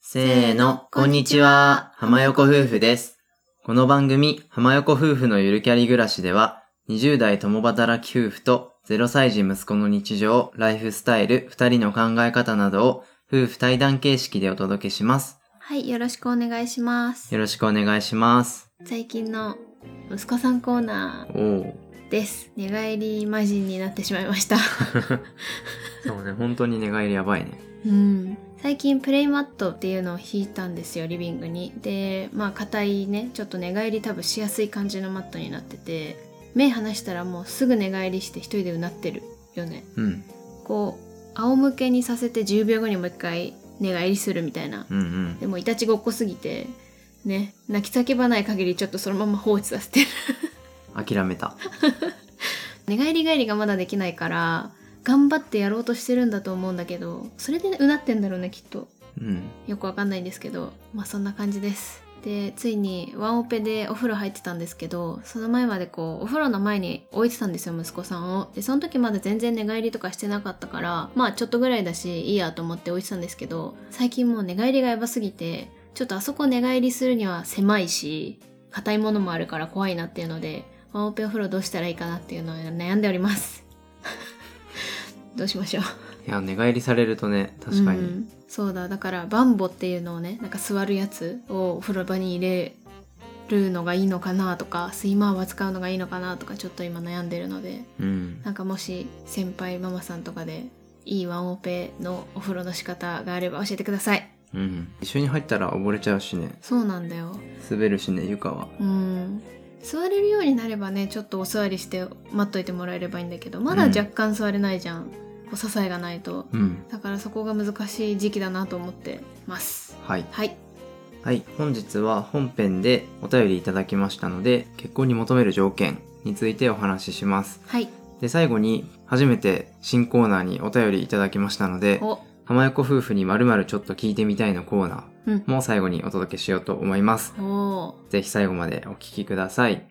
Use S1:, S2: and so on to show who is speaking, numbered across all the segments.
S1: せーの、こんにちは。浜横夫婦です。この番組、浜横夫婦のゆるキャリ暮らしでは、20代共働き夫婦と0歳児息子の日常、ライフスタイル、2人の考え方などを夫婦対談形式でお届けします。
S2: はい、よろしくお願いします
S1: よ。ろしくお願いします。
S2: 最近の息子さんコーナ
S1: おお。
S2: ーです。寝返り魔人になってしまいました。
S1: そうね、本当に寝返りやばいね。
S2: うん。最近プレイマットっていうのを引いたんですよ、リビングに。で、まあ硬いね、ちょっと寝返り多分しやすい感じのマットになってて、目離したらもうすぐ寝返りして一人でうなってるよね。
S1: うん。
S2: こう、仰向けにさせて10秒後にもう一回寝返りするみたいな
S1: うんうん。
S2: でもいたちごっこすぎてね泣き叫ばない限りちょっとそのまま放置させてる
S1: 諦めた。
S2: 寝返り返りがまだできないから頑張ってやろうとしてるんだと思うんだけどそれでうなってんだろうねきっと
S1: うん。
S2: よくわかんないんですけどまあそんな感じですでついにワンオペでお風呂入ってたんですけどその前までこうお風呂の前に置いてたんですよ息子さんをでその時まだ全然寝返りとかしてなかったからまあちょっとぐらいだしいいやと思って置いてたんですけど最近もう寝返りがやばすぎてちょっとあそこ寝返りするには狭いし硬いものもあるから怖いなっていうのでワンオペお風呂どうしたらいいかなっていうのを悩んでおります どうしましょう
S1: いや、寝返りされるとね、確かに。
S2: うんそうだだからバンボっていうのをねなんか座るやつをお風呂場に入れるのがいいのかなとかスイマーは使うのがいいのかなとかちょっと今悩んでるので
S1: うん。
S2: なんかもし先輩ママさんとかでいいワンオペのお風呂の仕方があれば教えてください
S1: うん。一緒に入ったら溺れちゃうしね。
S2: そうなんだよ
S1: 滑るしね、床は。
S2: うん座れるようになればねちょっとお座りして待っといてもらえればいいんだけどまだ若干座れないじゃん、こう支えがないと
S1: うん。
S2: だからそこが難しい時期だなと思ってます
S1: はい。
S2: はい
S1: はい、本日は本編でお便りいただきましたので、結婚に求める条件についてお話しします。
S2: はい
S1: で、最後に、初めて新コーナーにお便りいただきましたので、
S2: お
S1: 浜横夫婦にまるちょっと聞いてみたいのコーナ
S2: うん
S1: ーも最後にお届けしようと思います。
S2: お
S1: ぜひ最後までお聞きください。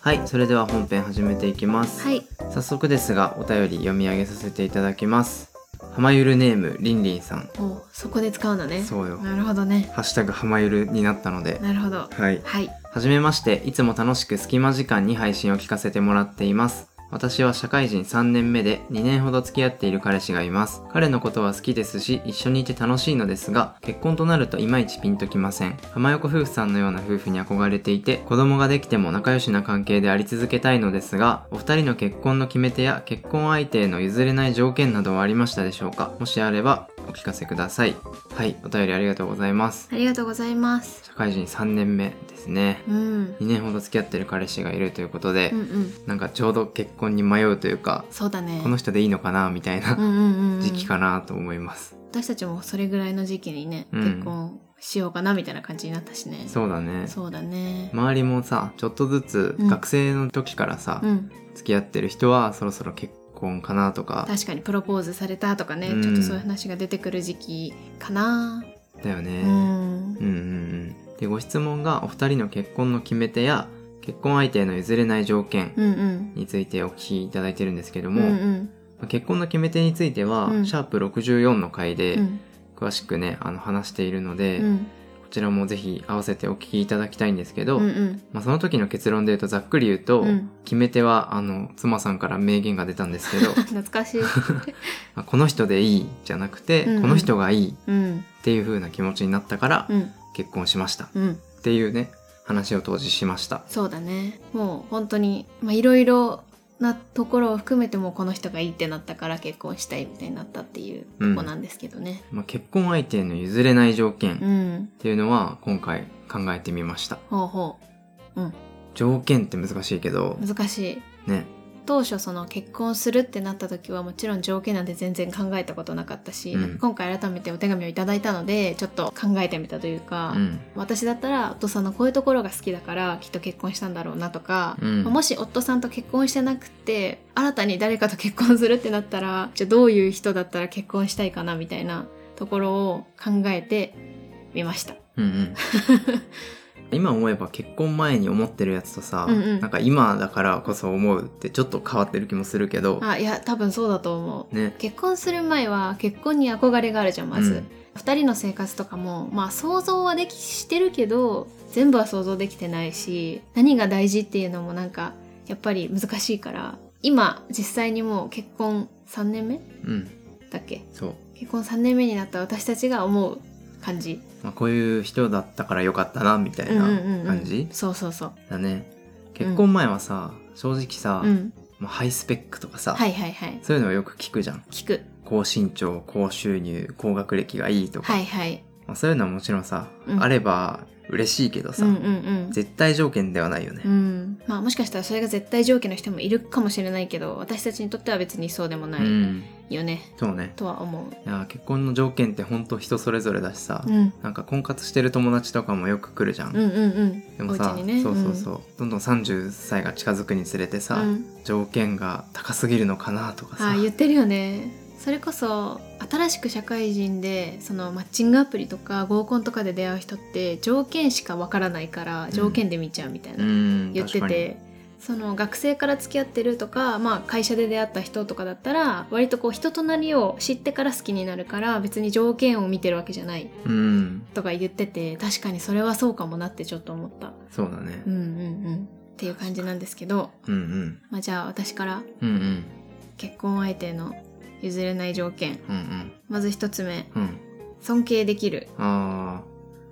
S1: はい、それでは本編始めていきます。
S2: はい
S1: 早速ですがお便り読み上げさせていただきます浜ゆるネームりんりんさん
S2: おそこで使うのね
S1: そうよ
S2: なるほどね
S1: ハッシュタグ浜ゆるになったので
S2: なるほど
S1: はい
S2: はい
S1: はじめましていつも楽しく隙間時間に配信を聞かせてもらっています私は社会人3年目で2年ほど付き合っている彼氏がいます彼のことは好きですし一緒にいて楽しいのですが結婚となるといまいちピンときません浜横夫婦さんのような夫婦に憧れていて子供ができても仲良しな関係であり続けたいのですがお二人の結婚の決め手や結婚相手への譲れない条件などはありましたでしょうかもしあればお聞かせくださいはいお便りありがとうございます
S2: ありがとうございます
S1: 社会人3年目ですね
S2: うん
S1: 2年ほど付き合ってる彼氏がいるということで、
S2: うんうん
S1: なんかちょうど結婚に迷うというか、
S2: そうだね
S1: この人でいいのかなみたい
S2: うん
S1: な
S2: うんうん
S1: 時期かなと思います、
S2: 私たちもそれぐらいの時期にね、
S1: うん
S2: 結婚しようかなみたいな感じになったしね
S1: そうだね
S2: そうだね
S1: 周りもさちょっとずつ
S2: うん
S1: 学生の時からさ、
S2: うん
S1: 付き合ってる人はそろそろ結婚かなとか
S2: 確かにプロポーズされたとかね、
S1: うん
S2: ちょっとそういう話が出てくる時期かな、
S1: だよね、
S2: うん
S1: うんうんうんでご質問がお二人の結婚の決め手や結婚相手への譲れない条件
S2: うんうん
S1: についてお聞きいただいてるんですけど
S2: うんう
S1: も、ま
S2: ん
S1: あ結婚の決め手については、
S2: うん
S1: シャープ64の回で、
S2: うん
S1: 詳しくねあの話しているので、
S2: うん
S1: こちらもぜひ合わせてお聞きいただきたいんですけ
S2: う
S1: ど、
S2: ん
S1: まあ、その時の結論で言うとざっくり言うと、
S2: うん
S1: 決め手はあの妻さんから名言が出たんですけ ど
S2: 懐か しい
S1: まあこの人でいいじゃなくて、
S2: うんうん
S1: この人がいいっ
S2: うん
S1: ていう風な気持ちになったから、
S2: うん
S1: 結婚しましたっ
S2: うん
S1: ていうね話を当時しました。
S2: そうだねもう本当にまあいろいろなところを含めてもこの人がいいってなったから結婚したいみたいになったっていうとこなんですけどね
S1: まあ、結婚相手への譲れない条件
S2: う
S1: っ
S2: ん、
S1: ていうのは今回考えてみました。
S2: ほうほ
S1: 条件って難しいけど
S2: う、難しい
S1: ね。
S2: 当初その結婚するってなった時はもちろん条件なんて全然考えたことなかったし、
S1: うん
S2: 今回改めてお手紙をいただいたのでちょっと考えてみたというか、
S1: うん。
S2: 私だったら夫さんのこういうところが好きだからきっと結婚したんだろうなとか、
S1: うん
S2: もし夫さんと結婚してなくて新たに誰かと結婚するってなったらじゃあどういう人だったら結婚したいかなみたいなところを考えてみました。
S1: うんうん。今思えば結婚前に思ってるやつとさ、
S2: うんうん
S1: なんか今だからこそ思うってちょっと変わってる気もするけど、
S2: あいや多分そうだと思う
S1: ね。
S2: 結婚する前は結婚に憧れがあるじゃんまず、2人の生活とかもまあ想像はできしてるけど全部は想像できてないし何が大事っていうのもなんかやっぱり難しいから今実際にもう結婚3年目
S1: うん、うん、
S2: だっけ
S1: そう。
S2: 結婚3年目になった私たちが思う感じ
S1: まあ、こういう人だったからよかったなみたいな感
S2: うんうん
S1: じ
S2: うん、そうそうそう
S1: だね。結婚前はさ、正直さ、
S2: うん
S1: まあハイスペックとかさ、
S2: はいはいはい
S1: そういうのをよく聞くじゃん。
S2: 聞く
S1: 高身長、高収入、高学歴がいいとか、
S2: はいはい
S1: まあ、そういうのはもちろんさ、
S2: うん
S1: あれば嬉しいけど
S2: う
S1: さ、
S2: んうんうん
S1: 絶対条件ではないよね。
S2: うんまあもしかしたらそれが絶対条件の人もいるかもしれないけど私たちにとっては別にそうでもな
S1: う
S2: い
S1: ん
S2: よね、
S1: そうね。
S2: とは思う
S1: いや結婚の条件ってほんと人それぞれだしさ、
S2: うん、
S1: なんか婚活してる友達とかもよく来るじゃん、
S2: うんうん
S1: で
S2: うん
S1: もさ、
S2: お家にね
S1: そうそうそう、どんどん30歳が近づくにつれてさ、
S2: うんうん
S1: 条件が高すぎるのかなとかさ
S2: あー言ってるよねそれこそ新しく社会人でそのマッチングアプリとか合コンとかで出会う人って条件しかわからないから
S1: ん
S2: 条件で見ちゃうみたいな、
S1: うん
S2: 言って
S1: 確かに
S2: てその学生から付き合ってるとか、まあ、会社で出会った人とかだったら割とこう人となりを知ってから好きになるから別に条件を見てるわけじゃない
S1: うん
S2: とか言ってて確かにそれはそうかもなってちょっと思った
S1: そうだね
S2: うんうんうんっていう感じなんですけど、
S1: うんうん
S2: まあ、じゃあ私から
S1: うんうん
S2: 結婚相手の譲れない条件
S1: うんうん
S2: まず一つ目
S1: うん
S2: 尊敬できる
S1: あ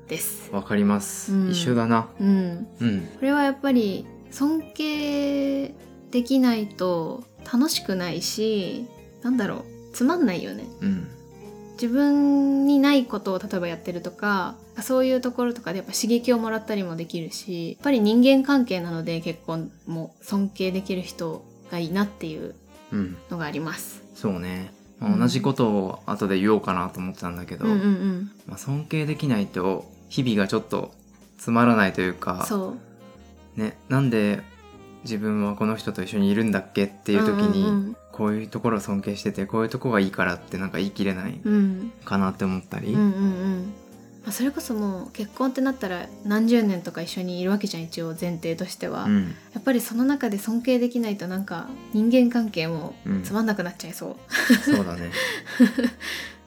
S2: です
S1: ーわかります、
S2: うん
S1: 一緒だな
S2: うん
S1: うん
S2: これはやっぱり尊敬できないと楽しくないしなんだろうつまんないよね
S1: うん
S2: 自分にないことを例えばやってるとかそういうところとかでやっぱ刺激をもらったりもできるしやっぱり人間関係なので結婚も尊敬できる人がいいなっていう
S1: うん
S2: のがあります。
S1: そうね、まあ
S2: うん
S1: 同じことを後で言おうかなと思ってたんだけど、
S2: うんうんうん、
S1: まあ、尊敬できないと日々がちょっとつまらないというか
S2: そう
S1: ね、なんで自分はこの人と一緒にいるんだっけっていう時に、
S2: うんうん
S1: こういうところを尊敬しててこういうとこがいいからってなんか言い切れない
S2: うんうん
S1: かなって思ったり、
S2: うんうんうんまあ、それこそもう結婚ってなったら何十年とか一緒にいるわけじゃん一応前提としては、
S1: うん
S2: やっぱりその中で尊敬できないとなんか人間関係も
S1: うん
S2: つまんなくなっちゃいそう、
S1: そうだね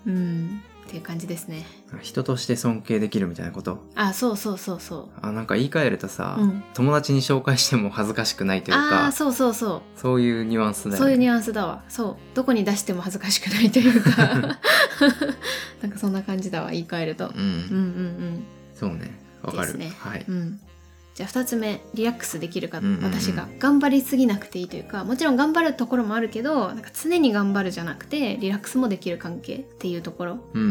S2: うんっていう感じですね
S1: 人として尊敬できるみたいなこと
S2: あそうそうそうそ
S1: あなんか言い換えるとさ、
S2: う、うん、
S1: 友達に紹介しても恥ずかしくないという
S2: ああ
S1: か
S2: ーそうそうそう
S1: そういうニュアンスだよね
S2: そういうニュアンスだわそうどこに出しても恥ずかしくないとい うかなんかそんな感じだわ言い換えると、
S1: う
S2: うん、うん
S1: ん、
S2: うん
S1: そうねわか
S2: で
S1: る、
S2: すね
S1: はい、
S2: うんじゃあ2つ目リラックスできるか、
S1: うんうんうん
S2: 私が頑張りすぎなくていいというかもちろん頑張るところもあるけどなんか常に頑張るじゃなくてリラックスもできる関係っていうところ
S1: うんう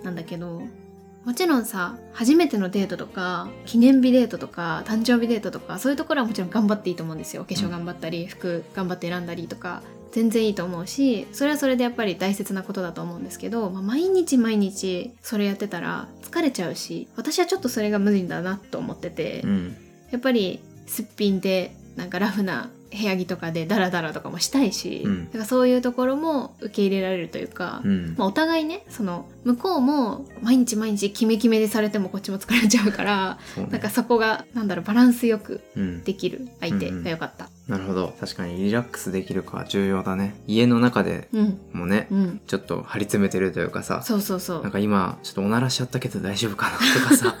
S1: ん
S2: なんだけどもちろんさ初めてのデートとか記念日デートとか誕生日デートとかそういうところはもちろん頑張っていいと思うんですよお化粧頑張ったり、服頑張って選んだりとか全然いいと思うしそれはそれでやっぱり大切なことだと思うんですけど、まあ、毎日毎日それやってたら疲れちゃうし私はちょっとそれが無理だなと思ってて、
S1: うん
S2: やっぱりすっぴんでなんかラフな部屋着とかでダラダラとかもしたいし、
S1: うん
S2: だからそういうところも受け入れられるというか、
S1: うん
S2: まあ、お互いねその向こうも毎日毎日キメキメでされてもこっちも疲れちゃうから、
S1: そうね
S2: なんかそこがなんだろうバランスよく
S1: うん
S2: できる相手が良かった。
S1: なるほど確かにリラックスできるかは重要だね家の中で
S2: うん、
S1: もね、
S2: うん
S1: ちょっと張り詰めてるというかさ
S2: そうそうそ
S1: なん
S2: う
S1: か今ちょっとおならしちゃったけど大丈夫かなとか さ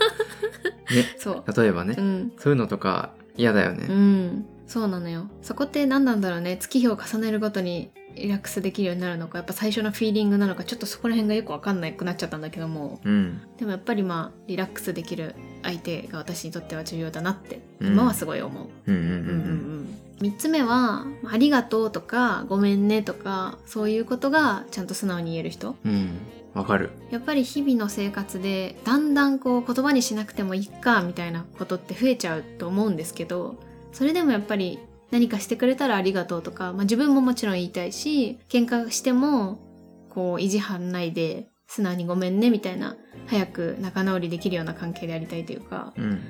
S1: ね
S2: そう、
S1: 例えばね、
S2: うん
S1: そういうのとか嫌だよね、
S2: うん、そうなのよそこって何なんだろうね月日を重ねるごとにリラックスできるようになるのかやっぱ最初のフィーリングなのかちょっとそこら辺がよく分かんなくなっちゃったんだけども
S1: うん
S2: でもやっぱりまあリラックスできる相手が私にとっては重要だなって
S1: うん
S2: 今はすごい思う。
S1: うんうん
S2: う
S1: うんん
S2: う
S1: うんん
S2: 3つ目は「ありがとう」とか「ごめんね」とかそういうことがちゃんと素直に言える人
S1: うんわかる
S2: やっぱり日々の生活でだんだんこう言葉にしなくてもいっかみたいなことって増えちゃうと思うんですけどそれでもやっぱり何かしてくれたらありがとうとか、まあ、自分ももちろん言いたいし喧嘩してもこう意地張んないで素直にごめんねみたいな早く仲直りできるような関係でありたいというか
S1: うん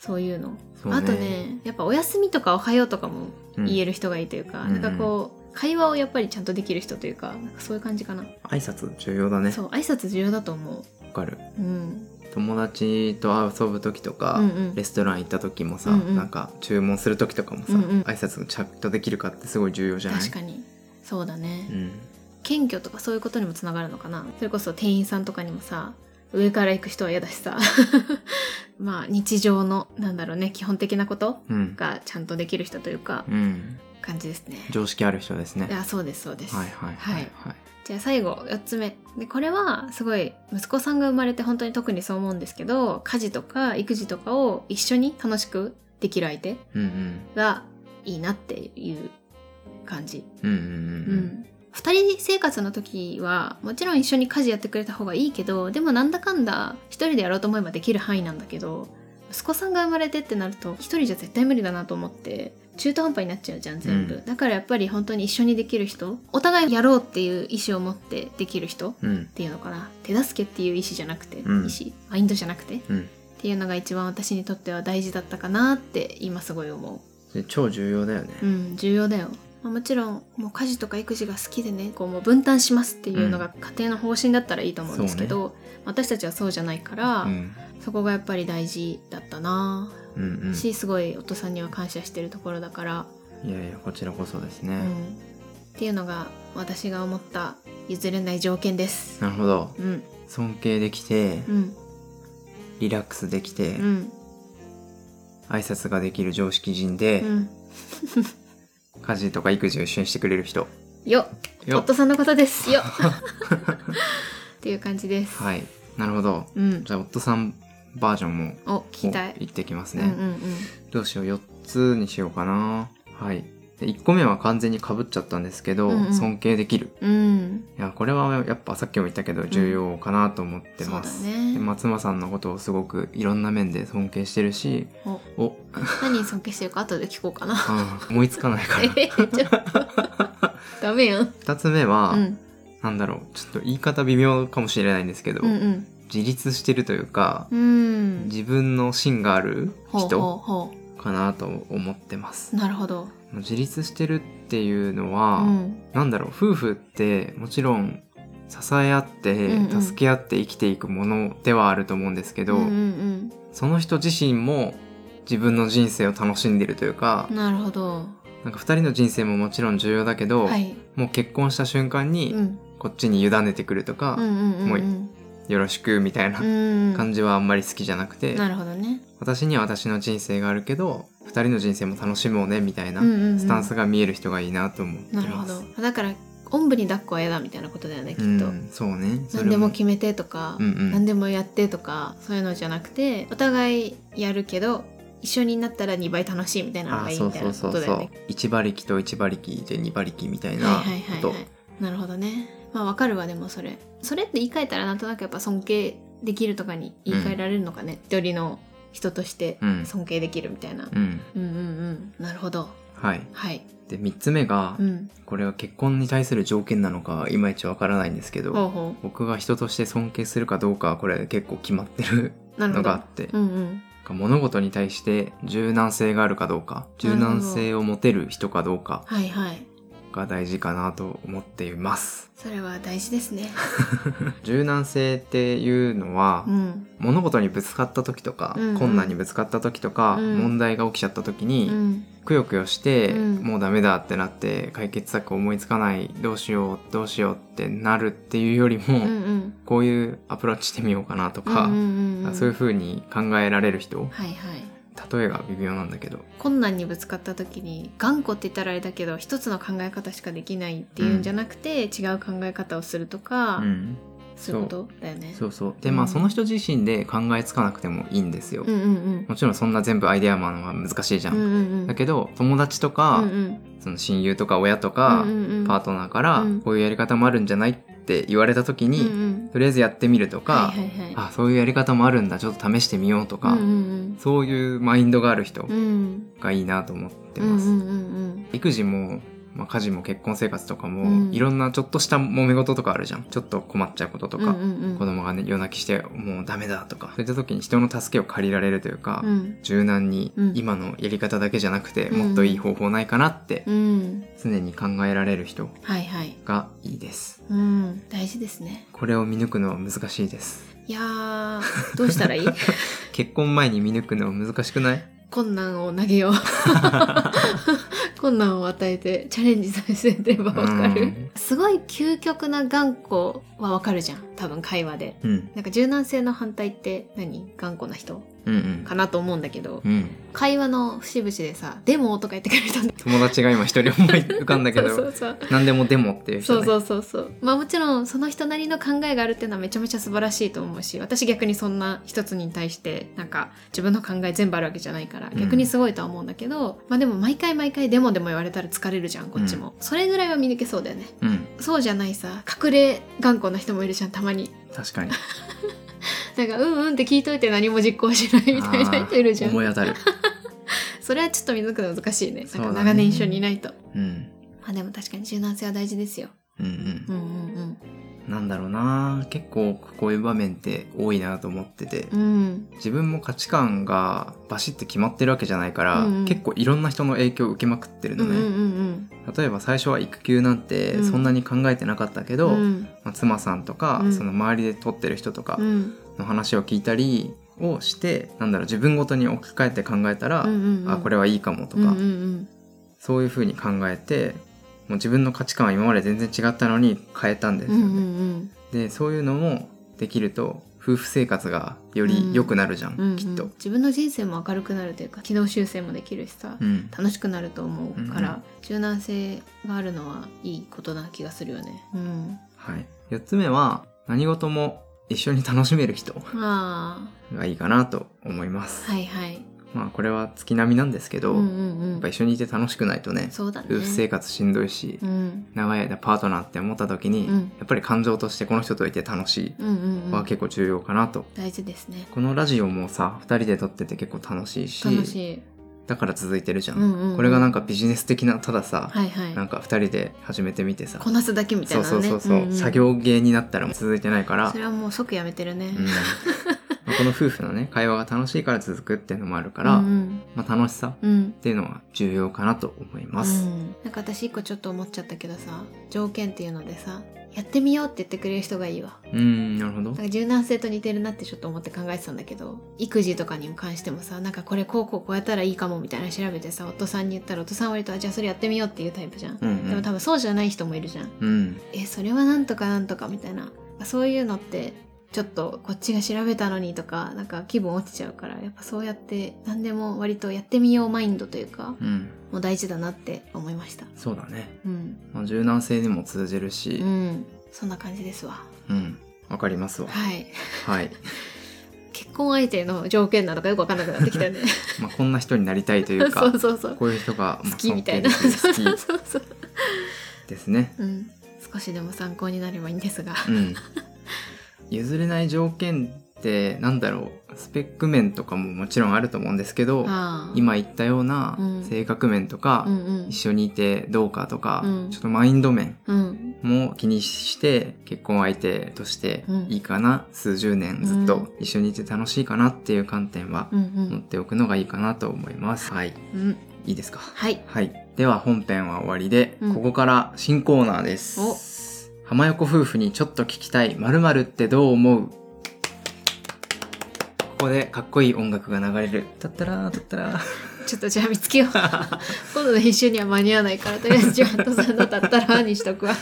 S2: そういうの
S1: そう
S2: あとねやっぱお休みとかおはようとかも言え
S1: る、
S2: る人がいいというか、
S1: うん
S2: なんかこう会話をやっぱりちゃんとできる人というかなんかそういう感じかな、
S1: うん挨拶重要だね
S2: そう挨拶重要だと思う
S1: わかる
S2: うん
S1: 友達と遊ぶ時とか、
S2: うんうん
S1: レストラン行った時もさ、
S2: うんうん
S1: なんか注文する時とかもさ、
S2: うんうん
S1: 挨拶がちゃんとできるかってすごい重要じゃない
S2: 確かにそうだね、
S1: うん、
S2: 謙虚とかそういうことにもつながるのかなそれこそ店員さんとかにもさ上から行く人は嫌だしさ まあ日常のなんだろうね基本的なこと
S1: うん
S2: がちゃんとできる人というか
S1: うん、
S2: 感じですね
S1: 常識ある人ですね
S2: いやそうですそうです、
S1: はいはいはいはい
S2: じゃあ最後4つ目でこれはすごい息子さんが生まれて本当に特にそう思うんですけど家事とか育児とかを一緒に楽しくできる相手
S1: うんうん
S2: がいいなっていう感じ
S1: うんうん
S2: う
S1: うん
S2: ん2人生活の時はもちろん一緒に家事やってくれた方がいいけどでもなんだかんだ1人でやろうと思えばできる範囲なんだけど息子さんが生まれてってなると1人じゃ絶対無理だなと思って中途半端になっちゃうじゃん全部、
S1: うん
S2: だからやっぱり本当に一緒にできる人お互いやろうっていう意思を持ってできる人っ
S1: うん
S2: ていうのかな手助けっていう意思じゃなくて、
S1: うん
S2: 意思マインドじゃなくてっ
S1: うん
S2: ていうのが一番私にとっては大事だったかなって今すごい思う
S1: で超重要だよね、
S2: うん重要だよ、まあ、もちろんもう家事とか育児が好きでねこうもう分担しますっていうのが家庭の方針だったらいいと思うんですけど、私たちはそうじゃないから、
S1: うん
S2: そこがやっぱり大事だったな、
S1: うんうん
S2: しすごいお父さんには感謝してるところだから、
S1: いやいやこちらこそです
S2: うん
S1: ね、
S2: っていうのが私が思った譲れない条件です。
S1: なるほど
S2: うん
S1: 尊敬できて、
S2: うん
S1: リラックスできて、
S2: うん
S1: 挨拶ができる常識人で、
S2: うん
S1: 家事とか育児を一緒にしてくれる人
S2: よ
S1: よ
S2: 夫さんのことで すよっていう感じです。
S1: はいなるほど
S2: うん
S1: じゃあ夫さんバージョンも
S2: お聞きたい。
S1: 行ってきます
S2: うん
S1: ね、
S2: うんうん
S1: どうしよう4つにしようかなはいで1個目は完全にかぶっちゃったんですけど、
S2: うんうん
S1: 尊敬できる
S2: うん、
S1: いやこれはやっぱさっきも言ったけど重要かなと思ってます、
S2: そうだね
S1: で松間さんのことをすごくいろんな面で尊敬してるし
S2: お
S1: お、
S2: 何に尊敬してるか後で聞こうかな
S1: あー思いつかないか
S2: え
S1: ら
S2: ちょ っとダメやん、
S1: 2つ目は、
S2: うん、
S1: なんだろうちょっと言い方微妙かもしれないんですけど、
S2: うんうん
S1: 自立してるというか、
S2: うん
S1: 自分の芯がある
S2: ほうほう
S1: 人
S2: ほ
S1: かなと思ってます
S2: うなるほど
S1: 自立してるっていうの
S2: う
S1: は、
S2: ん
S1: なんだろう夫婦ってもちろん支え合って
S2: うんうん
S1: 助け合って生きていくものではあると思うんですけど、
S2: うんうん
S1: その人自身も自分の人生を楽しんでるというか
S2: うん、なるほど
S1: なんか2人の人生ももちろん重要だけど、
S2: はい、
S1: もう結婚した瞬間に
S2: うん、
S1: こっちに委ねてくるとか、
S2: うんうんうん
S1: もう
S2: うん
S1: よろしくみたいな
S2: うん
S1: 感じはあんまり好きじゃなくて、
S2: なるほどね
S1: 私には私の人生があるけど2人の人生も楽しもうねみたいな
S2: うんうんうん
S1: スタンスが見える人がいいなと思って
S2: なるほ
S1: ます。
S2: どだからおんぶに抱っこは嫌だみたいなことだよねきっと、
S1: うん、そうね。それ
S2: 何でも決めてとか、
S1: うんうん
S2: 何でもやってとかそういうのじゃなくてお互いやるけど一緒になったら2倍楽しいみたいなの
S1: あ
S2: がいい
S1: そ
S2: み
S1: う
S2: たい
S1: そ
S2: な
S1: うそ
S2: こ
S1: う
S2: とだ
S1: そ
S2: よ
S1: う
S2: ね
S1: 一馬力と一馬力で二馬力みたいな
S2: は
S1: こ
S2: いはいはい
S1: と、
S2: はいなるほどねまあわかるわでもそれそれって言い換えたらなんとなくやっぱ尊敬できるとかに言い換えられるのかね、一人の人として
S1: うん
S2: 尊敬できるみたいな、
S1: うん
S2: うん、うんうんなるほど
S1: はい
S2: はい
S1: で三つ目が、
S2: うん
S1: これは結婚に対する条件なのかいまいちわからないんですけ
S2: ほう
S1: ど
S2: ほ
S1: 僕が人として尊敬するかどうかはこれ結構決まってる
S2: うなる
S1: の
S2: ほ
S1: があっ
S2: ど
S1: て
S2: う、んうん
S1: 物事に対して柔軟性があるかどうか柔軟性を持てる人かどうか
S2: はいはい
S1: が大事かなと思っています
S2: それは大事ですね
S1: 柔軟性っていうのは、
S2: うん
S1: 物事にぶつかった時とか、
S2: うんうん
S1: 困難にぶつかった時とか、
S2: うん
S1: 問題が起きちゃった時
S2: う
S1: に、
S2: ん
S1: くよくよして、
S2: うん
S1: もうダメだってなって解決策思いつかないどうしようどうしようってなるっていうよりも、
S2: うんうん
S1: こういうアプローチしてみようかなとか、
S2: うんうんうん、
S1: そういう風に考えられる人
S2: はいはい
S1: 例えが微妙なんだけど
S2: 困難にぶつかった時に頑固って言ったらあれだけど一つの考え方しかできないっていうんじゃなくて、違う考え方をするとか、
S1: うん、
S2: そういうことだよね。
S1: そうそうでまあ、
S2: うん
S1: その人自身で考えつかなくてもいいんですよ、
S2: うんうんうん
S1: もちろんそんな全部アイデアマンは難しいじゃ
S2: うん
S1: ん、
S2: うんうん。
S1: だけど友達とか、
S2: うんうん
S1: その親友とか親とか、
S2: うんうんうん
S1: パートナーから
S2: うん
S1: こういうやり方もあるんじゃないって言われた時に、
S2: うんうん
S1: とりあえずやってみるとか、
S2: はいはいはい、
S1: あそういうやり方もあるんだちょっと試してみようとか、
S2: うんうん
S1: そういうマインドがある人
S2: うんうん
S1: がいいなと思って
S2: う
S1: ま
S2: ん
S1: す。
S2: うんうん
S1: 育児もまあ、家事も結婚生活とかも、
S2: うん
S1: いろんなちょっとした揉め事とかあるじゃんちょっと困っちゃうことと
S2: と
S1: か、
S2: うんうんうん、
S1: 子供がね夜泣きしてもうダメだとかそういった時に人の助けを借りられるというか、
S2: うん
S1: 柔軟に
S2: うん
S1: 今のやり方だけじゃなくて、
S2: うん
S1: もっといい方法ないかなって
S2: うん
S1: 常に考えられる人
S2: はいはい
S1: がいいです
S2: うん大事ですね。
S1: これを見抜くのは難しいです
S2: いやーどうしたら いい
S1: 結婚前に見抜くの難しくない
S2: 困難を投 げよう困難を与えてチャレンジさせてればわかる、
S1: うん
S2: すごい究極な頑固はわかるじゃん多分会話で
S1: うん。
S2: なんか柔軟性の反対って何頑固な人
S1: うんうん
S2: か。なと思うんだけど
S1: うん。
S2: 会話の節々でさ「でも」とか言ってくれる人ね
S1: 友達が今一人思い浮かんだけ
S2: そ
S1: ど、
S2: うそうそう
S1: 何でもでもっていう人
S2: そ
S1: ね。
S2: うそうそうそうまあもちろんその人なりの考えがあるっていうのはめちゃめちゃ素晴らしいと思うし私逆にそんな一つに対してなんか自分の考え全部あるわけじゃないから
S1: うん
S2: 逆にすごいとは思うんだけど、まあでも毎回毎回でもでも言われたら疲れるじゃんこっちも、それぐらいは見抜けそうだよね
S1: うん。
S2: そうじゃないさ隠れ頑固な人もいるじゃんたまに
S1: 確かに。
S2: なんかうんうんって聞いといて何も実行しないみたいな人いるじゃ
S1: あー思
S2: ん
S1: い当たる。
S2: それはちょっと見抜くの難しいね
S1: そう
S2: なん
S1: だ
S2: か
S1: ね
S2: 長年一緒にいないと、
S1: うん。
S2: まあでも確かに柔軟性は大事ですよ
S1: うんう
S2: うん
S1: ん。
S2: うん
S1: なんだろうな結構こういう場面って多いなと思ってて
S2: う。んうん
S1: 自分も価値観がバシッて決まってるわけじゃないから、
S2: うんうん
S1: 結構いろんな人の影響を受けまくってる
S2: う
S1: の
S2: んうん
S1: ね、
S2: うん
S1: 例えば最初は育休なんてそんなに考えてなかったけど、
S2: うん
S1: まあ、妻さんとか、
S2: うん
S1: その周りで撮ってる人とか
S2: うん
S1: の話を聞いたりをして、なんだろう自分ごとに置き換えて考えたら、あこれはいいかもとか、
S2: うんうん
S1: そういうふうに考えてもう自分の価値観は今まで全然違ったのに変えたんです
S2: うんう
S1: よ
S2: ん
S1: ね。
S2: うん
S1: でそういうのもできると夫婦生活がより良くなるじゃん、
S2: うんうん
S1: きっと。
S2: 自分の人生も明るくなるというか軌道修正もできるしさ、
S1: うん
S2: 楽しくなると思うから、
S1: うんう
S2: 柔軟性があるのはいいことな気がするよねうん
S1: はい、4つ目は何事も一緒に楽しめる人
S2: あ
S1: がいいかなと思います。
S2: あはいはい
S1: まあこれは月並みなんですけど、
S2: うん
S1: や
S2: うんう
S1: っ
S2: ん
S1: ぱ一緒にいて楽しくないとね
S2: そうだね
S1: 夫婦生活しんどいし、
S2: うん
S1: 長い間パートナーって思った時に、
S2: うん
S1: やっぱり感情としてこの人といて楽し
S2: うんうんう
S1: い
S2: ん
S1: は結構重要かなと。
S2: 大事ですね
S1: このラジオもさ2人で撮ってて結構楽しいし
S2: 楽しい
S1: だから続いてるじゃん,、
S2: うんうんうん
S1: これがなんかビジネス的なたださ、
S2: はいはい
S1: なんか2人で始めてみてさ
S2: こなすだけみたい
S1: そうそ
S2: なの
S1: う
S2: ね
S1: そうそう、
S2: んん
S1: 作業芸になったらもう続いてないから
S2: それはもう即やめてるね、
S1: うんまあこの夫婦のね会話が楽しいから続くっていうのもあるから、
S2: うんうん
S1: まあ、楽しさっ
S2: うん
S1: ていうのは重要かなと思います。
S2: うん、なんか私一個ちょっと思っちゃったけどさ条件っていうのでさやってみようって言ってくれる人がいいわ
S1: うん、なるほど
S2: なん。か柔軟性と似てるなってちょっと思って考えてたんだけど育児とかに関してもさなんかこれこうこうこうやったらいいかもみたいなの調べてさ夫さんに言ったら夫さんは割とあじゃあそれやってみようっていうタイプじゃん、
S1: うんうん
S2: でも多分そうじゃない人もいるじゃん
S1: うん、
S2: えそれはなんとかなんとかみたいなそういうのってちょっとこっちが調べたのにとかなんか気分落ちちゃうからやっぱそうやって何でも割とやってみようマインドというか
S1: うん、
S2: もう大事だなって思いました
S1: そうだね。
S2: うん
S1: まあ、柔軟性にも通じるし
S2: う、ん、そんな感じですわ。
S1: うん、わかりますわ。
S2: はい。
S1: はい。
S2: 結婚相手の条件なのかよくわかんなくなってき たね。
S1: まあ、こんな人になりたいという
S2: そ
S1: か
S2: う、そうそう。
S1: こういう人がまあ
S2: 好きみたいな。
S1: 尊敬でき
S2: そ
S1: る
S2: うそう
S1: 好
S2: そうそう。
S1: きですね。
S2: うん。少しでも参考になればいいんですが。
S1: うん。譲れない条件ってなんだろう、スペック面とかももちろんあると思うんですけど、
S2: ああ。。
S1: 今言ったような
S2: うん
S1: 性格面とか、
S2: うんうん
S1: 一。緒にいてどうかとか、
S2: うん
S1: ちょっとマインド面
S2: うん。
S1: も気にして結婚相手として
S2: うん
S1: いいかな、数十年ずっ
S2: う
S1: と
S2: ん
S1: 一緒にいて楽しいかなっていう観点は
S2: うんう
S1: 持っ
S2: ん。
S1: ておくのがいいかなと思います。はい、
S2: うん。
S1: いいですか。
S2: はい。
S1: はい、では本編は終わりで、
S2: うん
S1: ここから新コーナーです。浜横夫婦にちょっと聞きたいまるまるってどう思う。ここでかっこいい音楽が流れる。たったらーたった ら
S2: ちょっとじゃあ見つけよう。
S1: ー。
S2: 今度の一緒には間に合わないから、とりあえずジワッとさんのだったらにしとくわ。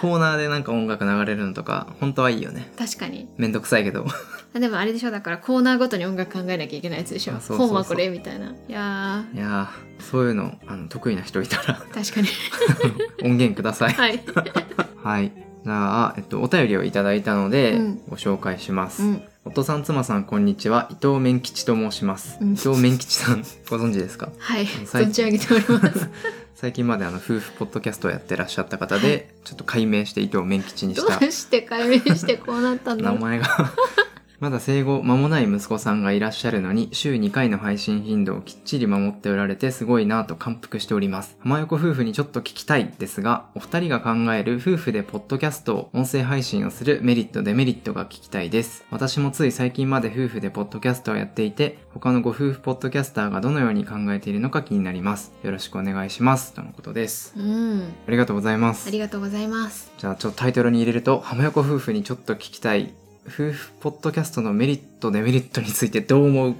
S1: コーナーでなんか音楽流れるのとか本当はいいよね
S2: 確かに。
S1: めんどくさい けど
S2: あでもあれでしょだからコーナーごとに音楽考えなきゃいけないやつでしょ。
S1: あそうそうそう
S2: 本はこれみたいな。いや
S1: いやーそういうのあの得意な人いたら
S2: ー確かに。
S1: 音源ください
S2: はい。
S1: はいじゃあ、えっと、お便りをいただいたので、
S2: うん
S1: ご紹介します、
S2: うん。
S1: お父さん妻さんこんにちは伊藤面吉と申します、
S2: うん
S1: 伊藤面吉さんご存知ですか
S2: はい。
S1: 最
S2: 存じ上げております。
S1: 最近まであの夫婦ポッドキャストをやってらっしゃった方で、ちょっと改名して伊藤面吉に
S2: ど
S1: した
S2: うして解明してこうなったんだ
S1: 名
S2: ろう。
S1: 前がまだ生後間もない息子さんがいらっしゃるのに週2回の配信頻度をきっちり守っておられてすごいなぁと感服しております浜横夫婦にちょっと聞きたいですがお二人が考える夫婦でポッドキャストを音声配信をするメリットデメリットが聞きたいです私もつい最近まで夫婦でポッドキャストをやっていて他のご夫婦ポッドキャスターがどのように考えているのか気になりますよろしくお願いしますとのことです
S2: うん。
S1: ありがとうございます
S2: ありがとうございます。
S1: じゃあちょっとタイトルに入れると「浜横夫婦にちょっと聞きたい夫婦ポッドキャストのメリットデメリットについてどう思うっ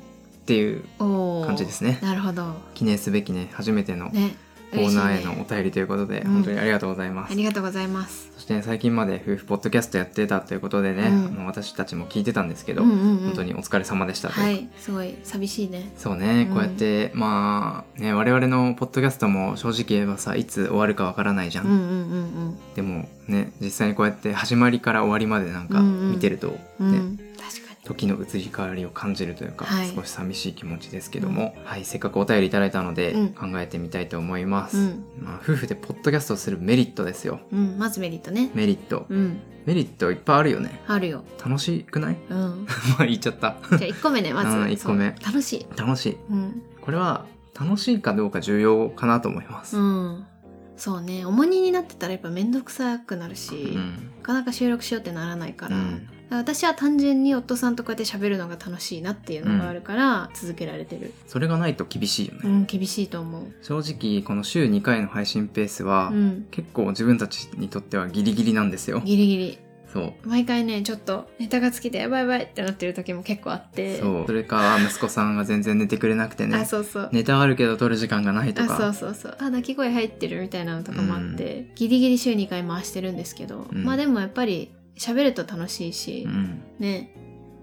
S1: ていう
S2: おー
S1: 感じですね
S2: なるほど
S1: 記念すべきね初めての
S2: ね
S1: コーナーへ
S2: 嬉しい
S1: のお
S2: ね
S1: 便りということで、
S2: うん
S1: 本当にありがとうございま
S2: あ
S1: す、
S2: りがとうございます
S1: そしてね、最近まで夫婦ポッドキャストやってたということでね、
S2: うん
S1: あの私たちも聞いてたんですけど、
S2: うんうんうん
S1: 本当にお疲れ様でしたというか
S2: はいすごい寂しいね
S1: そうね、
S2: うん
S1: こうやってまあね我々のポッドキャストも正直言えばさいつ終わるかわからないじゃん、
S2: うんうんうん
S1: でもね実際にこうやって始まりから終わりまでなんか
S2: うんうん
S1: 見てると、ね
S2: うん、うん、確かに
S1: 時の移り変わりを感じるというか、
S2: はい
S1: 少し寂しい気持ちですけども、はい、せっかくお便りいただいたので
S2: うん
S1: 考えてみたいと思います、
S2: うん
S1: まあ、夫婦でポッドキャストをするメリットですよ
S2: うんまずメリットね
S1: メリット、
S2: うん
S1: メリットいっぱいあるよね
S2: あるよ
S1: 楽しくない
S2: うん
S1: まあ言っちゃった
S2: じゃあ1個 目ねまず
S1: うん一個目
S2: そう楽しい
S1: 楽しい
S2: うん
S1: これは楽しいかどうか重要かなと思います、
S2: うんそうね重荷になってたらやっぱ面倒くさくなるし、
S1: うん
S2: なかなか収録しようってならないから、
S1: うん
S2: 私は単純に夫さんとこうやって喋るのが楽しいなっていうのがあるから続けられてる、
S1: それがないと厳しいよね、
S2: うん、厳しいと思う
S1: 正直この週2回の配信ペースは、
S2: うん
S1: 結構自分たちにとってはギリギリなんですよ
S2: ギリギリ
S1: そう
S2: 毎回ねちょっとネタが尽きてやばいやばいってなってる時も結構あって
S1: そうそれか息子さんが全然寝てくれなくて
S2: あ
S1: ね
S2: そうそう、
S1: ネタはあるけど撮る時間がないと
S2: あ
S1: か
S2: そうそうそうあ泣き声入ってるみたいなのとかもあって、ギリギリ週2回回してるんですけど、
S1: うん
S2: まあでもやっぱり喋ると楽しいし、
S1: うん
S2: ね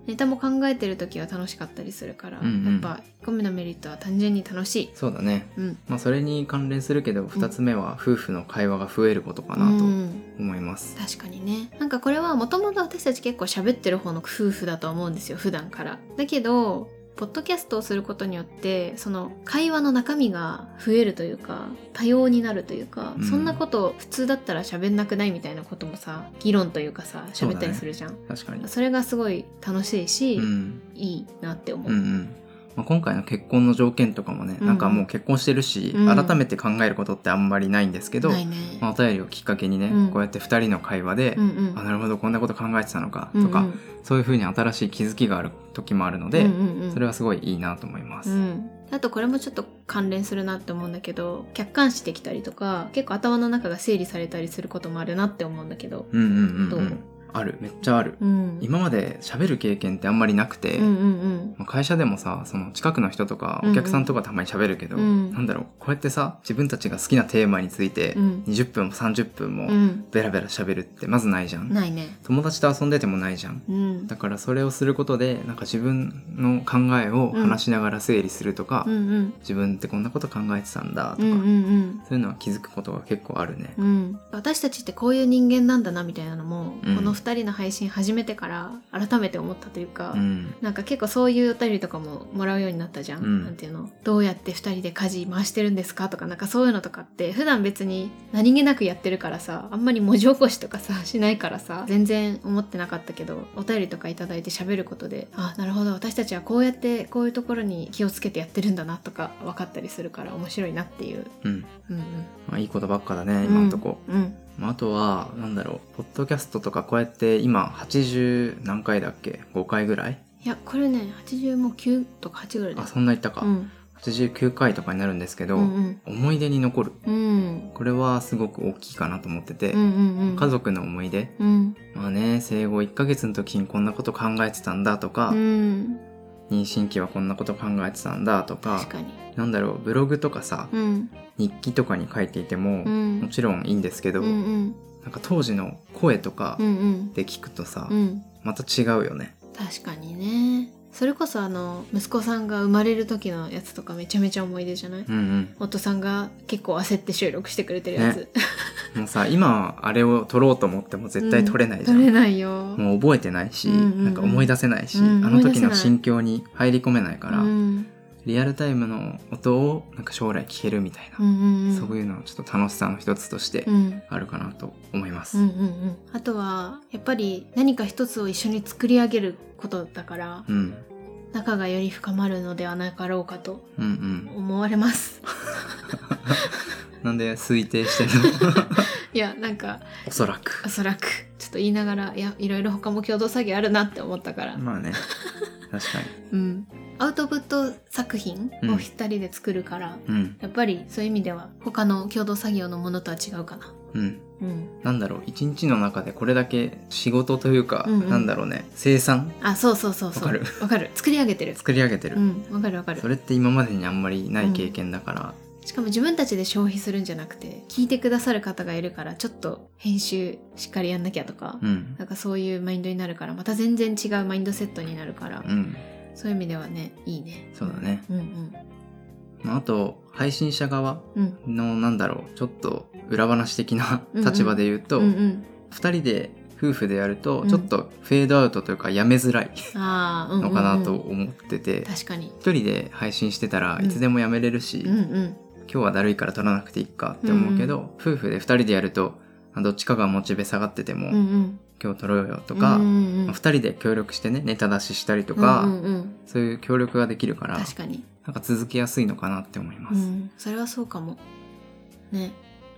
S2: ネタも考えてる時は楽しかったりするから、
S1: うんうん
S2: やっぱ1個目のメリットは単純に楽しい
S1: そうだね
S2: うん
S1: まあそれに関連するけど2つ目は夫婦の会話が増えることかなと
S2: うん
S1: 思います、
S2: 確かにねなんかこれはもともと私たち結構喋ってる方の夫婦だと思うんですよ普段からだけどポッドキャストをすることによってその会話の中身が増えるというか多様になるというか、
S1: うん
S2: そんなこと普通だったら喋んなくないみたいなこともさ議論というかさ
S1: そう
S2: 喋
S1: だね
S2: ったりするじゃんそ,、
S1: 確かに
S2: れがすごい楽しいし、
S1: うん
S2: いいなって思
S1: うんう
S2: う、
S1: んまあ、今回の結婚の条件とかもね、
S2: うん
S1: なんかもう結婚してるし、
S2: うん
S1: 改めて考えることってあんまりないんですけど、
S2: ないね、
S1: まあ、お便りをきっかけにね、
S2: うん
S1: こうやって2人の会話で、
S2: うんうん
S1: あなるほどこんなこと考えてたのか
S2: うんうん
S1: とか、そういうふうに新しい気づきがある時もあるので、
S2: うんうんうん
S1: それはすごいいいなと思います。
S2: うん、あとこれもちょっと関連するなって思うんだけど客観視できたりとか結構頭の中が整理されたりすることもあるなって思うんだけど、
S1: うんうんうん
S2: ど
S1: う、
S2: うん
S1: あるめっちゃある、
S2: うん、
S1: 今まで喋る経験ってあんまりなくて、
S2: うんうん
S1: まあ会社でもさその近くの人とか
S2: うんう
S1: お
S2: ん
S1: 客さんとかたまに喋るけど、
S2: うん
S1: なんだろうこうやってさ自分たちが好きなテーマについて
S2: うん
S1: 20分も30分
S2: う
S1: も
S2: んうん
S1: ベラベラ喋るってまずないじゃん、
S2: ないね
S1: 友達と遊んでてもないじゃん
S2: うん
S1: だからそれをすることでなんか自分の考えを話しながら整理するとか、
S2: うんうん
S1: 自分ってこんなこと考えてたんだとか、そう
S2: うんうん
S1: いうのは気づくことが結構あるね
S2: う。ん、私たちってこういう人間なんだなみたいなのも、
S1: うん
S2: この2人の配信始めてから改めて思ったというか、
S1: うん、
S2: なんか結構そういうお便りとかももらうようになったじゃん、
S1: うん
S2: なんていうのどうやって2人で家事回してるんですかとかなんかそういうのとかって普段別に何気なくやってるからさあんまり文字起こしとかさ しないからさ全然思ってなかったけどお便りとかいただいて喋ることであなるほど私たちはこうやってこういうところに気をつけてやってるんだなとか分かったりするから面白いなっていう、
S1: うん
S2: うんうん、
S1: まあ、いいことばっかだね今んとこ、
S2: うん
S1: まあ、あとはなんだろうポッドキャストとかこうやって今80何回だっけ5回ぐらい
S2: いやこれね80もう9とか8ぐらいだ
S1: あ
S2: よ
S1: そんないったか、
S2: うん
S1: 89回とかになるんですけど、
S2: うんうん
S1: 思い出に残る
S2: うん
S1: これはすごく大きいかなと思ってて、
S2: うんうんうん
S1: 家族の思い出
S2: うん
S1: まあね生後1ヶ月の時にこんなこと考えてたんだとか、
S2: うん
S1: 妊娠期はこんなこと考えてたんだとか
S2: 確かに
S1: なんだろうブログとかさ、
S2: うん
S1: 日記とかに書いていても、
S2: うん
S1: もちろんいいんですけど、
S2: うんうん
S1: なんか当時の声とか
S2: うんうん
S1: で聞くとさ、
S2: うん
S1: また違うよね。
S2: 確かにねそれこそあの息子さんが生まれる時のやつとかめちゃめちゃ思い出じゃない、
S1: うんうん、
S2: 夫さんが結構焦って収録してくれてるやつ、
S1: もうさ今あれを撮ろうと思っても絶対撮れないじゃん。
S2: 取れないよ
S1: もう覚えてないし、
S2: うんうんうん
S1: なんか思い出せないし、
S2: うん
S1: あの時
S2: 思い
S1: の
S2: 出せない
S1: 心境に入り込めないから、
S2: うん、
S1: リアルタイムの音をなんか将来聞けるみたいな
S2: う、んうんうん
S1: そういうのはちょっと楽しさの一つとして
S2: うん
S1: あるかなと思いま
S2: う
S1: す。
S2: んうんうん、あとはやっぱり何か一つを一緒に作り上げることだから
S1: うん、うん、
S2: 仲がより深まるのではなかろうかと
S1: うん
S2: 思われます
S1: なんで推定してるの
S2: いやなんか
S1: おそらく
S2: お。そらくちょっと言いながらいやいろいろ他も共同作業あるなって思ったから、
S1: まあね、確かに。
S2: うん、アウトプット作品
S1: うん
S2: を二人で作るから、
S1: うん、
S2: やっぱりそういう意味では他の共同作業のものとは違うかな
S1: うん。
S2: うん、
S1: なんだろう一日の中でこれだけ仕事というか、
S2: うんうん
S1: なんだろうね生産
S2: あそうそうそうそう
S1: わかる
S2: わかる作り上げてる
S1: 作り上げてる、
S2: うんわかるわかる
S1: それって今までにあんまりない経験だから、
S2: しかも自分たちで消費するんじゃなくて聞いてくださる方がいるからちょっと編集しっかりやんなきゃとか、
S1: うん
S2: なんかそういうマインドになるからまた全然違うマインドセットになるから、
S1: うん
S2: そういう意味ではねいいね
S1: そうだね
S2: うんうん
S1: まああと配信者側
S2: うん
S1: のなんだろうちょっと裏話的な
S2: うんうん
S1: 立場で言うと、
S2: うんうん
S1: 2人で夫婦でやると
S2: うん
S1: ちょっとフェードアウトというかやめづらい
S2: ああうんうん、う
S1: の
S2: ん、
S1: かなと思ってて、
S2: 確かに
S1: 1人で配信してたら
S2: うん
S1: いつでもやめれるし、
S2: うんうん
S1: 今日はだるいから撮らなくていいかって思うけど、夫婦で2人でやるとあどっちかがモチベ下がってても、
S2: うんうん
S1: 今日撮ろうよと
S2: と
S1: か、
S2: うん
S1: ま
S2: うんうん、
S1: あ2人で協力してねネタ出ししたりとか、
S2: うんうんうん、
S1: そういう協力ができるから
S2: 確かに、
S1: なんか続けやすいのかなって思いま
S2: う
S1: す。
S2: ん、それはそうかもね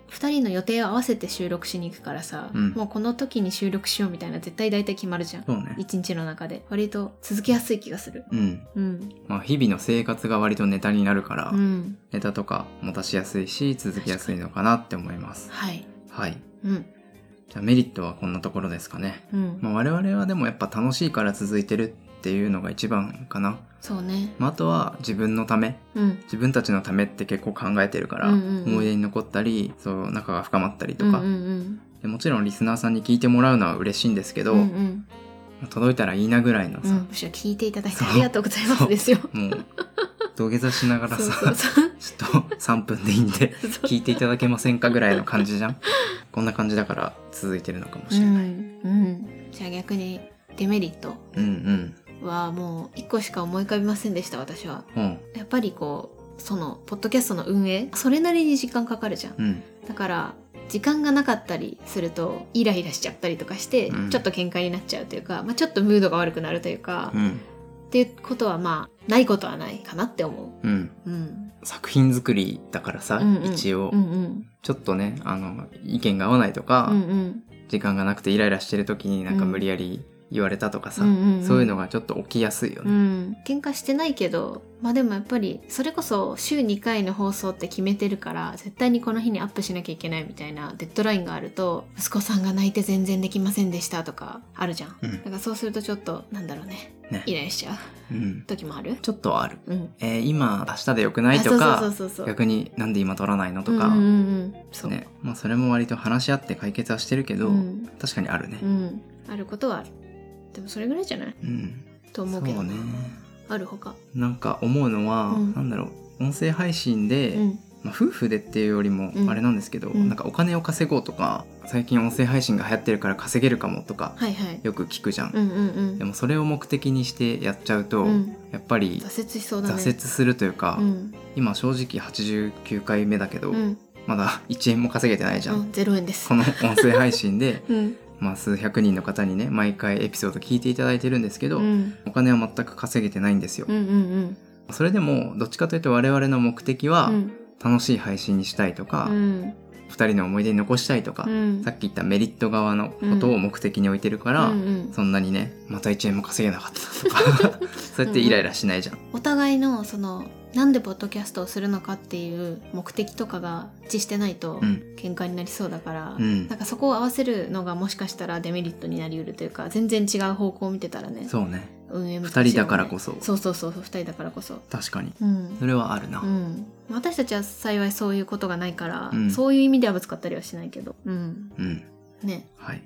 S2: 2人の予定を合わせて収録しに行くからさ、
S1: うん
S2: もうこの時に収録しようみたいな絶対大体決まるじゃん
S1: そうね、
S2: 一日の中で割と続けやすい気がする
S1: うん
S2: うん
S1: まあ、日々の生活が割とネタになるから、
S2: うん
S1: ネタとか持たしやすいし続けやすいのかなって思います。
S2: はい
S1: はい
S2: うん
S1: じゃあメリットはこんなところですかね。
S2: うん、
S1: まあ、我々はでもやっぱ楽しいから続いてるっていうのが一番かな。
S2: そうね
S1: まあ、あとは自分のため
S2: うん
S1: 自分たちのためって結構考えてるから、
S2: うんうんうん
S1: 思い出に残ったりそう仲が深まったりとか、
S2: うんうん
S1: でもちろんリスナーさんに聞いてもらうのは嬉しいんですけ
S2: う
S1: ど、
S2: んうんうん
S1: まあ届いたらいいなぐらいの
S2: う
S1: さ、
S2: んむしろ聞いていただいて
S1: そう
S2: ありがとうございますですよ
S1: もう土下座しながら
S2: そう
S1: さ
S2: そうそう
S1: ちょっと3分でいいんで
S2: そう
S1: 聞いていただけませんかぐらいの感じじゃんこんな感じだから続いてるのかもしれない、
S2: うんうん、じゃあ逆にデメリット
S1: うん、うん
S2: はもう一個しか思い浮かびませんでした私は
S1: うんうん
S2: やっぱりこうそのポッドキャストの運営それなりに時間かかるじゃんだから時間がなかったりするとイライラしちゃったりとかして、
S1: うん
S2: ちょっと喧嘩になっちゃうというか、まあ、ちょっとムードが悪くなるというか、
S1: う
S2: っ
S1: ん
S2: ていうことはまあないことはないかなって思
S1: うん
S2: う。うん、
S1: 作品作りだからさ、
S2: うんうん
S1: 一応、
S2: うんうん
S1: ちょっとねあの意見が合わないとか、
S2: うんうん
S1: 時間がなくてイライラしてる時になんか
S2: うん
S1: 無理やり言われたとかさ、
S2: うんうんうん
S1: そういうのがちょっと起きやすいよ
S2: う
S1: ね。
S2: ん、喧嘩してないけどまあでもやっぱりそれこそ週2回の放送って決めてるから絶対にこの日にアップしなきゃいけないみたいなデッドラインがあると息子さんが泣いて全然できませんでしたとかあるじゃん。
S1: うん
S2: だからそうするとちょっとなんだろうね
S1: ね
S2: イライラしちゃう
S1: うん
S2: 時もある。
S1: ちょっとはある。
S2: うん、
S1: えー今明日でよくないと
S2: あそう
S1: か
S2: そうそうそうそう
S1: 逆になんで今撮らないのとか、
S2: うんうんうんうんそう
S1: ねまあ、それも割と話し合って解決はしてるけど、
S2: うん
S1: 確かにあるね
S2: う。ん、あることはあるでもそれぐらいじゃない
S1: うん、
S2: と思
S1: そう
S2: うけど
S1: ね
S2: あるほか
S1: なんか思うのは、
S2: うん
S1: なんだろう音声配信で、
S2: うん
S1: まあ、夫婦でっていうよりも
S2: うん
S1: あれなんですけど、
S2: うん
S1: なんかお金を稼ごうとか最近音声配信が流行ってるから稼げるかもとか
S2: はいはい
S1: よく聞くじゃん。
S2: うんうんうん
S1: でもそれを目的にしてやっちゃうと、
S2: うん
S1: やっぱり
S2: 挫折しそうだね
S1: 挫折するというか、
S2: うん
S1: 今正直89回目だけど、
S2: うん
S1: まだ1円も稼げてないじゃん、
S2: うんゼロ円です
S1: この音声配信で
S2: うん
S1: まあ数百人の方にね毎回エピソード聞いていただいてるんですけ
S2: う
S1: ど、
S2: ん
S1: お金は全く稼げてないんですよ、
S2: うんうん
S1: それでもどっちかというと我々の目的
S2: う
S1: は
S2: ん
S1: 楽しい配信にしたいとか、
S2: う
S1: 二
S2: ん
S1: 人の思い出に残したいとか、
S2: うん
S1: さっき言ったメリット側のことを目的に置いてるから、
S2: うんうん
S1: そんなにねまた1円も稼げなかった とかそうやってイライラしないじゃん。
S2: お互いのそのなんでポッドキャストをするのかっていう目的とかが一致してないと
S1: うん
S2: 喧嘩になりそうだから、
S1: うん
S2: なんかそこを合わせるのがもしかしたらデメリットになりうるというか全然違う方向を見てたらね
S1: そうね
S2: 運営難しいよ
S1: 2
S2: ね
S1: 人だからこそ
S2: そうそうそうそう2人だからこそ
S1: 確かに
S2: うん、
S1: それはあるな、
S2: うん、私たちは幸いそういうことがないから、
S1: うん
S2: そういう意味ではぶつかったりはしないけどうん
S1: うん、
S2: ね
S1: はい、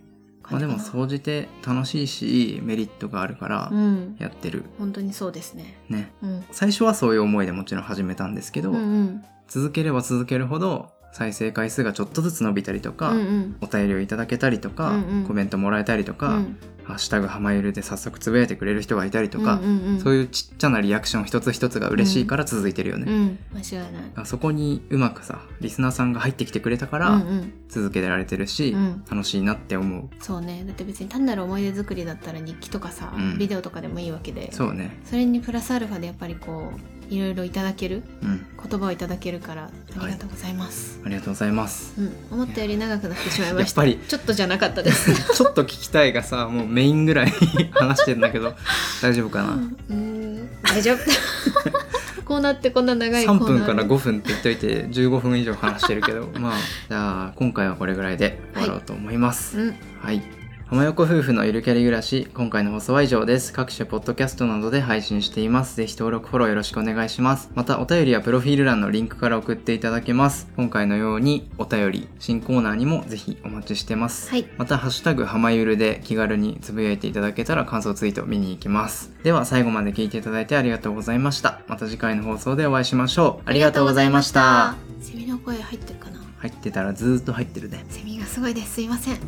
S1: まあ、でも
S2: う
S1: 総じて楽しいしメリットがあるから
S2: うん
S1: やってる、
S2: 本当にそうですね
S1: ね
S2: うん
S1: 最初はそういう思いでもちろん始めたんですけど、
S2: うんうん
S1: 続ければ続けるほど再生回数がちょっとずつ伸びたりとか、
S2: うんうん
S1: お便りをいただけたりとか、
S2: うんうん
S1: コメントもらえたりとか「
S2: うん
S1: ハッシュタグハマゆる」で早速つぶやいてくれる人がいたりとか、
S2: うんうんうん、
S1: そう
S2: い
S1: いうちっちゃなリアクション一つ一つが嬉しいから続いてるよね。
S2: うん間違いない
S1: あそこにうまくさリスナーさんが入ってきてくれたか
S2: う
S1: ら
S2: んうん
S1: 続けられてるし、
S2: うん
S1: 楽しいなって思う
S2: そうねだって別に単なる思い出作りだったら日記とかさ、
S1: うん
S2: ビデオとかでもいいわけで
S1: そうね
S2: それにプラスアルファでやっぱりこういろいろいただける
S1: うん
S2: 言葉をいただけるからありがとうございます、
S1: ありがとうございます
S2: うん、思ったより長くなってしまい
S1: や
S2: まし
S1: ったぱり
S2: ちょっとじゃなかっ たです
S1: ちょっと聞きたいが さもうメインぐらい話してんだけど大丈夫かな、
S2: うん、大丈夫こコーナーってこんな長いコー
S1: 3
S2: ナー
S1: 分から5分って言っといて15分以上話してる けどまあじゃあ今回はこれぐらいで終わろうと思います。
S2: うん
S1: はい。浜横夫婦のゆるキャリ暮らし、今回の放送は以上です。各種ポッドキャストなどで配信しています。ぜひ登録、フォローよろしくお願いします。また、お便りやプロフィール欄のリンクから送っていただけます。今回のように、お便り、新コーナーにもぜひお待ちしてます。
S2: はい
S1: また、ハッシュタグ、浜ゆるで気軽につぶやいていただけたら感想ツイート見に行きます。では、最後まで聞いていただいてありがとうございました。また次回の放送でお会いしましょう。ありがとうございました。
S2: セミの声入ってるかな
S1: 入ってたらずーっと入ってるね。
S2: セミがすごいですすいません